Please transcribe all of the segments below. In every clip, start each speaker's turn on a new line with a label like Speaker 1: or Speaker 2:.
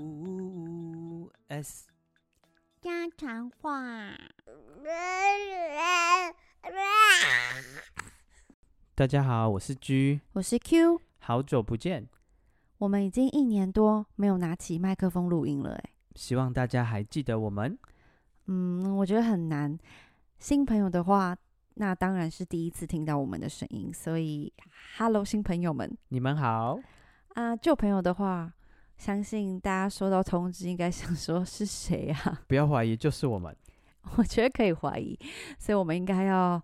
Speaker 1: U S
Speaker 2: 家常话，
Speaker 1: 大家好，我是 G，
Speaker 2: 我是 Q。
Speaker 1: 好久不见，
Speaker 2: 我们已经一年多没有拿起麦克风录音了，哎，
Speaker 1: 希望大家还记得我们。
Speaker 2: 嗯，我觉得很难。新朋友的话，那当然是第一次听到我们的声音，所以，Hello，新朋友们
Speaker 1: 你们好，
Speaker 2: 啊！旧朋友的话，相信大家收到通知，应该想说是谁啊？
Speaker 1: 不要怀疑，就是我们。
Speaker 2: 我觉得可以怀疑，所以我们应该要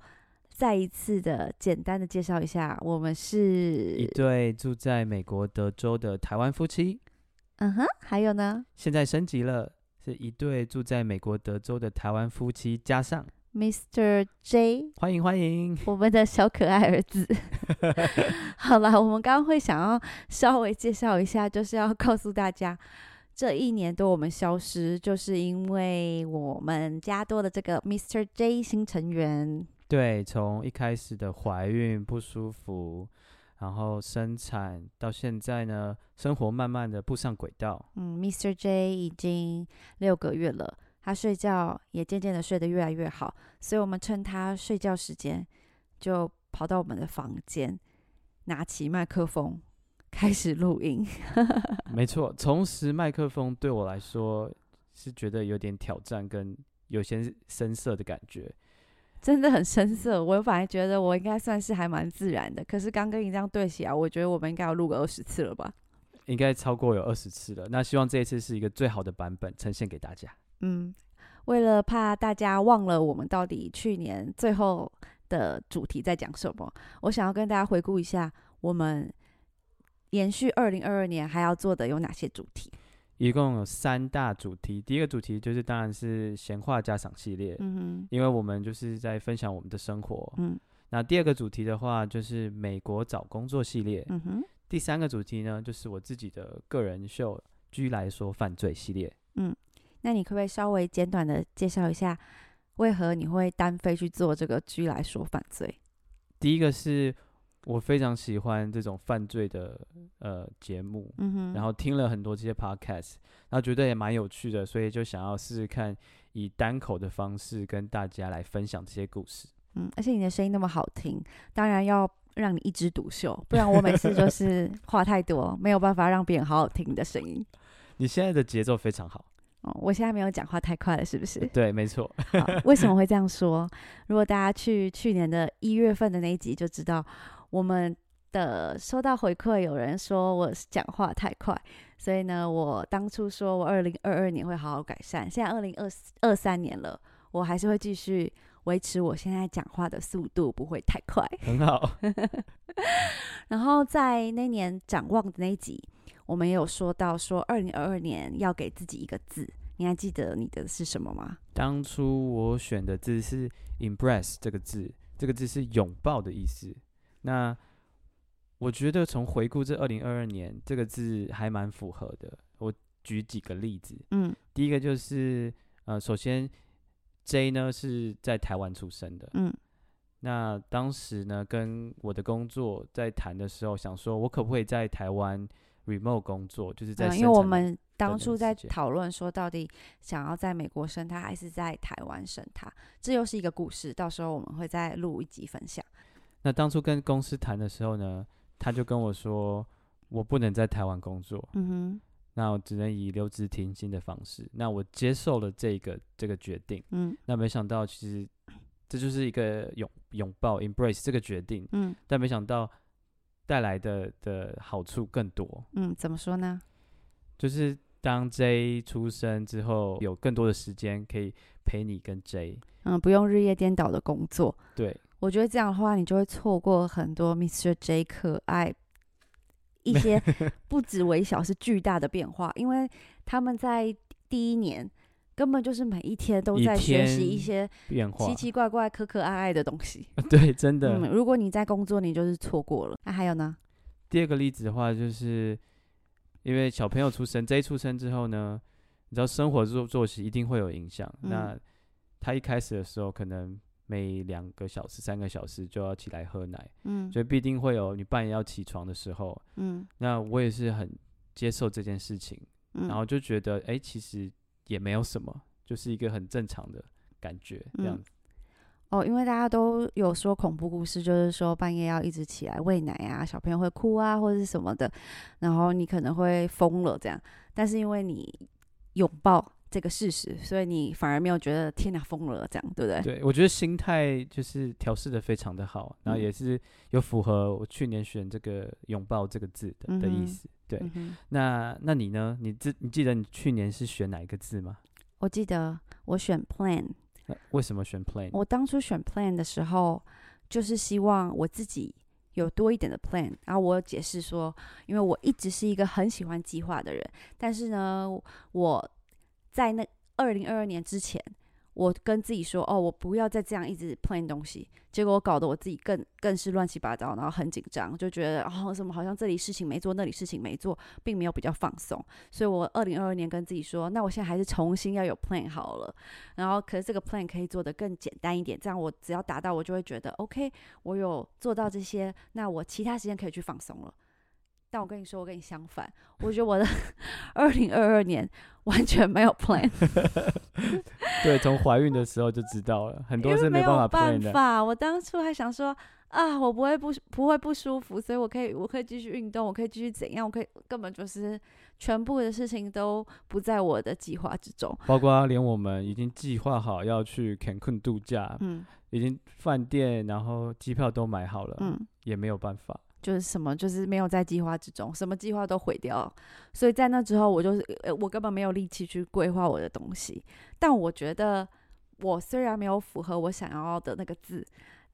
Speaker 2: 再一次的简单的介绍一下，我们
Speaker 1: 一
Speaker 2: 是，
Speaker 1: 对住在美国德州的台湾夫妻，
Speaker 2: 嗯哼，还有呢，
Speaker 1: 现在升级了，是一对住在美国德州的台湾夫妻，加上
Speaker 2: Mr. J，
Speaker 1: 欢迎欢迎。
Speaker 2: 我们的小可爱儿子。好啦，我们刚刚会想要稍微介绍一下，就是要告诉大家，这一年多我们消失，就是因为我们加多了这个 Mr. J 新成员。
Speaker 1: 对，从一开始的怀孕不舒服，然后生产，到现在呢，生活慢慢的步上轨道。
Speaker 2: 嗯，Mr. J 已经六个月了，他睡觉也渐渐的睡得越来越好，所以我们趁他睡觉时间，就跑到我们的房间，拿起麦克风开始录音。
Speaker 1: 没错，重拾麦克风对我来说是觉得有点挑战，跟有些生涩的感觉。
Speaker 2: 真的很生涩。我本来觉得我应该算是还蛮自然的，可是刚跟你这样对起来，我觉得我们应该要录个二十次了吧？
Speaker 1: 应该超过有二十次了，那希望这一次是一个最好的版本呈现给大家。
Speaker 2: 嗯，为了怕大家忘了我们到底去年最后的主题在讲什么，我想要跟大家回顾一下我们延续二零二二年还要做的有哪些主题。
Speaker 1: 一共有三大主题，第一个主题就是当然是闲话家常系列，
Speaker 2: 嗯
Speaker 1: 因为我们就是在分享我们的生活。
Speaker 2: 哼，嗯
Speaker 1: 那第二个主题的话就是美国找工作系列，
Speaker 2: 嗯哼，
Speaker 1: 第三个主题呢，就是我自己的个人秀《居来说犯罪》系列。
Speaker 2: 那你可不可以稍微简短的介绍一下，为何你会单飞去做这个居来说犯罪？
Speaker 1: 第一个是我非常喜欢这种犯罪的呃节目，
Speaker 2: 嗯哼，
Speaker 1: 然后听了很多这些 podcast，然后觉得也蛮有趣的，所以就想要试试看以单口的方式跟大家来分享这些故事。
Speaker 2: 嗯，而且你的声音那么好听，当然要让你一枝独秀，不然我每次就是 话太多，没有办法让别人好好听你的声音。
Speaker 1: 你现在的节奏非常好，？
Speaker 2: 哦，我现在没有讲话太快了，是不是
Speaker 1: 对，没错，
Speaker 2: 好为什么会这样说？如果大家去去年的一月份的那一集就知道，我们的收到回馈，有人说我讲话太快，所以呢，我当初说我二零二二年会好好改善，现在二零二二三年了，我还是会继续维持我现在讲话的速度，不会太快。
Speaker 1: 很好。
Speaker 2: 然后在那年展望的那一集，我们也有说到说，二零二二年要给自己一个字，你还记得你的是什么吗？
Speaker 1: 当初我选的字是 “embrace” 这个字，这个字是拥抱的意思。那我觉得从回顾这二零二二年，这个字还蛮符合的。我举几个例子，
Speaker 2: 嗯
Speaker 1: 第一个就是呃，首先 J 呢是在台湾出生的，
Speaker 2: 嗯
Speaker 1: 那当时呢跟我的工作在谈的时候，想说我可不可以在台湾 remote 工作，就是在、
Speaker 2: 嗯，因为我们当初
Speaker 1: 能
Speaker 2: 在
Speaker 1: 世界
Speaker 2: 讨论说，到底想要在美国生他还是在台湾生他，这又是一个故事，到时候我们会再录一集分享。
Speaker 1: 那当初跟公司谈的时候呢，他就跟我说，我不能在台湾工作，
Speaker 2: 嗯
Speaker 1: 那我只能以留职停薪的方式。那我接受了这个这个决定。
Speaker 2: 哼，嗯
Speaker 1: 那没想到，其实这就是一个拥拥抱 （embrace） 这个决定，
Speaker 2: 嗯
Speaker 1: 但没想到带来的的好处更多。
Speaker 2: 嗯，怎么说呢？
Speaker 1: 就是当 J 出生之后，有更多的时间可以陪你跟 J。
Speaker 2: 嗯，不用日夜颠倒的工作，
Speaker 1: 对，
Speaker 2: 我觉得这样的话，你就会错过很多 Mr. J 可爱一些不止微小，是巨大的变化，因为他们在第一年根本就是每一天都
Speaker 1: 一
Speaker 2: 在学习
Speaker 1: 天
Speaker 2: 一些
Speaker 1: 变化
Speaker 2: 奇，奇怪怪、可可爱爱的东西。 嗯
Speaker 1: 对，真的。
Speaker 2: 嗯，如果你在工作，你就是错过了。那、还有呢？
Speaker 1: 第二个例子的话，就是因为小朋友出生，这一出生之后呢，你知道生活作作息一定会有影响。
Speaker 2: 嗯
Speaker 1: 那他一开始的时候，可能每两个小时、三个小时就要起来喝奶，
Speaker 2: 嗯
Speaker 1: 所以必定会有你半夜要起床的时候。
Speaker 2: 嗯
Speaker 1: 那我也是很接受这件事情，
Speaker 2: 嗯，
Speaker 1: 然后就觉得，哎、其实也没有什么，就是一个很正常的感觉这样
Speaker 2: 嗯
Speaker 1: 子。
Speaker 2: 哦，因为大家都有说恐怖故事，就是说半夜要一直起来喂奶啊，小朋友会哭啊，或者是什么的，然后你可能会疯了这样。但是因为你拥抱这个事实，所以你反而没有觉得天哪疯了这样，对不对？
Speaker 1: 对，我觉得心态就是调试的非常的好，然后
Speaker 2: 嗯
Speaker 1: 也是有符合我去年选这个“拥抱”这个字的、的
Speaker 2: 嗯
Speaker 1: 意
Speaker 2: 哼
Speaker 1: 思。对，
Speaker 2: 嗯哼，
Speaker 1: 那那你呢？你记你记得你去年是选哪一个字吗？
Speaker 2: 我记得我选 plan，
Speaker 1: 那为什么选 plan？
Speaker 2: 我当初选 plan 的时候，就是希望我自己有多一点的 plan。然后我有解释说，因为我一直是一个很喜欢计划的人，但是呢，我在那二零二二年之前，我跟自己说，哦，我不要再这样一直 plan 东西。结果我搞得我自己更更是乱七八糟，然后很紧张，就觉得哦，怎么好像这里事情没做，那里事情没做，并没有比较放松。所以我二零二二年跟自己说，那我现在还是重新要有 plan 好了。然后可是这个 plan 可以做得更简单一点，这样我只要达到，我就会觉得 OK，我有做到这些，那我其他时间可以去放松了。但我跟你说，我跟你相反，我觉得我的 二零二二年 完 全没有 plan，
Speaker 1: 对，从怀孕的时候就知道了，很
Speaker 2: 因
Speaker 1: 多
Speaker 2: 为
Speaker 1: 是没
Speaker 2: 没有
Speaker 1: 办法 plan
Speaker 2: 办
Speaker 1: 的。
Speaker 2: 法。我当初还想说啊，我不会不不会不舒服，所以我可以我可以继续运动，我可以继续怎样，我可以根本就是全部的事情都不在我的计划之中。
Speaker 1: 包括连我们已经计划好要去 Cancun 度假，
Speaker 2: 嗯
Speaker 1: 已经饭店然后机票都买好了，
Speaker 2: 嗯。
Speaker 1: 也没有办法。
Speaker 2: 就是什么，就是没有在计划之中，什么计划都毁掉了。所以在那之后，我就是呃我根本没有力气去规划我的东西。但我觉得，我虽然没有符合我想要的那个字，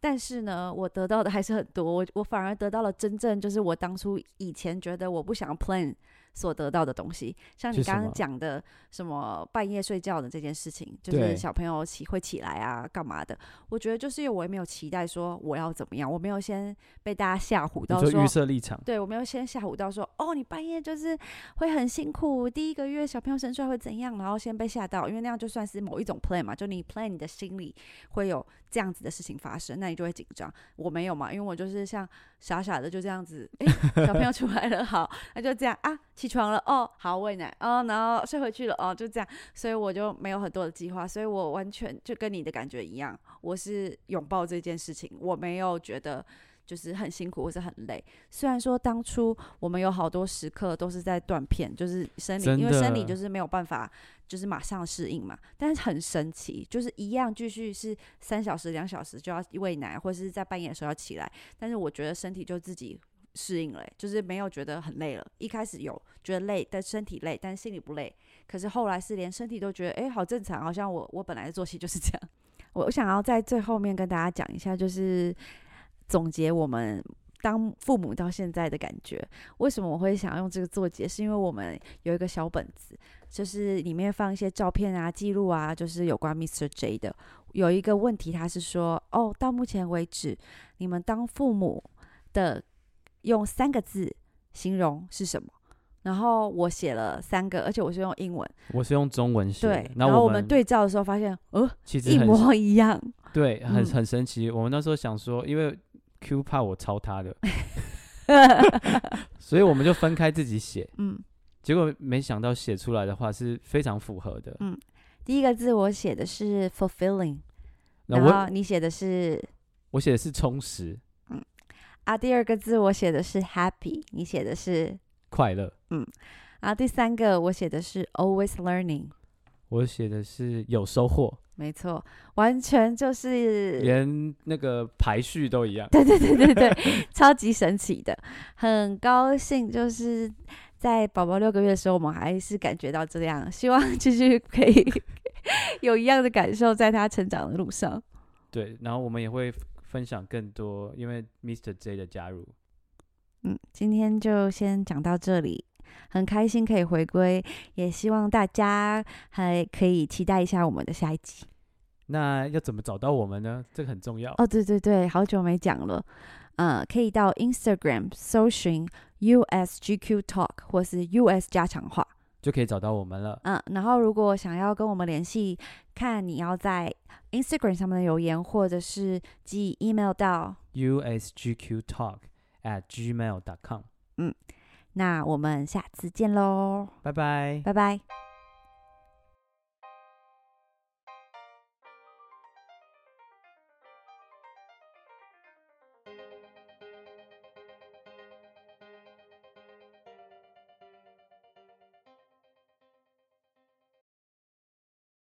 Speaker 2: 但是呢，我得到的还是很多。我我反而得到了真正就是我当初以前觉得我不想 plan 所得到的东西，像你
Speaker 1: 是什
Speaker 2: 刚刚
Speaker 1: 么
Speaker 2: 讲的什么半夜睡觉的这件事情，就是
Speaker 1: 对
Speaker 2: 小朋友起会起来啊，干嘛的？我觉得就是因为我也没有期待说我要怎么样，我没有先被大家吓唬
Speaker 1: 你
Speaker 2: 到
Speaker 1: 说预设立场，
Speaker 2: 对，我没有先吓唬到说，哦，你半夜就是会很辛苦，第一个月小朋友生出来会怎样，然后先被吓到，因为那样就算是某一种 plan 嘛，就你 plan 你的心里会有这样子的事情发生，那你就会紧张。我没有嘛，因为我就是像傻傻的就这样子，诶小朋友出来了，好，那就这样啊，起床了，哦，好喂奶，哦，然后睡回去了，哦，就这样，所以我就没有很多的计划，所以我完全就跟你的感觉一样，我是拥抱这件事情，我没有觉得。就是很辛苦或是很累，虽然说当初我们有好多时刻都是在断片，就是生理，
Speaker 1: 真
Speaker 2: 因为生理
Speaker 1: 的
Speaker 2: 就是没有办法，就是马上适应嘛。但是很神奇，就是一样继续是三小时、两小时就要喂奶，或是在半夜的时候要起来。但是我觉得身体就自己适应了欸、就是没有觉得很累了。一开始有觉得累，但身体累，但心里不累。可是后来是连身体都觉得，哎、好正常，好像我我本来的作息就是这样。 我我想要在最后面跟大家讲一下，就是总结我们当父母到现在的感觉。为什么我会想要用这个做结？是因为我们有一个小本子，就是里面放一些照片啊、记录啊，就是有关 Mr. J 的。有一个问题，他是说，哦，到目前为止，你们当父母的用三个字形容是什么？然后我写了三个，而且我是用英文。
Speaker 1: 我是用中文写的，
Speaker 2: 对，
Speaker 1: 那
Speaker 2: 然后
Speaker 1: 我
Speaker 2: 们对照的时候发现，呃，
Speaker 1: 其实
Speaker 2: 一
Speaker 1: 很
Speaker 2: 模一 样。
Speaker 1: 对，很
Speaker 2: 嗯
Speaker 1: 很神奇。我们那时候想说，因为 Q 怕我抄他的， 所以我们就分开自己写。
Speaker 2: 嗯，
Speaker 1: 结果没想到写出来的话是非常符合的。
Speaker 2: 第一个字我写的是 fulfilling，
Speaker 1: 那
Speaker 2: 然后
Speaker 1: 我
Speaker 2: 你写的是
Speaker 1: 我写的是充实、
Speaker 2: 啊，第二个字我写的是 happy，你写的是
Speaker 1: 快乐，
Speaker 2: 啊，第三个我写的是 always learning，
Speaker 1: 我写的是有收获，
Speaker 2: 没错，完全就是
Speaker 1: 连那个排序都一样。
Speaker 2: 对对对对对，超级神奇的，很高兴，就是在宝宝六个月的时候，我们还是感觉到这样，希望继续可以 有一样的感受，在他成长的路上。
Speaker 1: 对，然后我们也会分享更多，因为 Mr. J 的加入，
Speaker 2: 嗯，今天就先讲到这里，很开心可以回归，也希望大家还可以期待一下我们的下一集。
Speaker 1: 那要怎么找到我们呢？这个很重要。
Speaker 2: 哦哦，对对对，好久没讲了。呃，可以到 Instagram 搜寻 USGQ Talk 或是 US 家常话。
Speaker 1: 就可以找到我们了。
Speaker 2: 嗯，然后如果想要跟我们联系，看你要在 Instagram 上面留言，或者是寄 email 到，
Speaker 1: usgqtalk at gmail.com，
Speaker 2: 那我们下次见喽，
Speaker 1: 拜拜。
Speaker 2: 拜拜。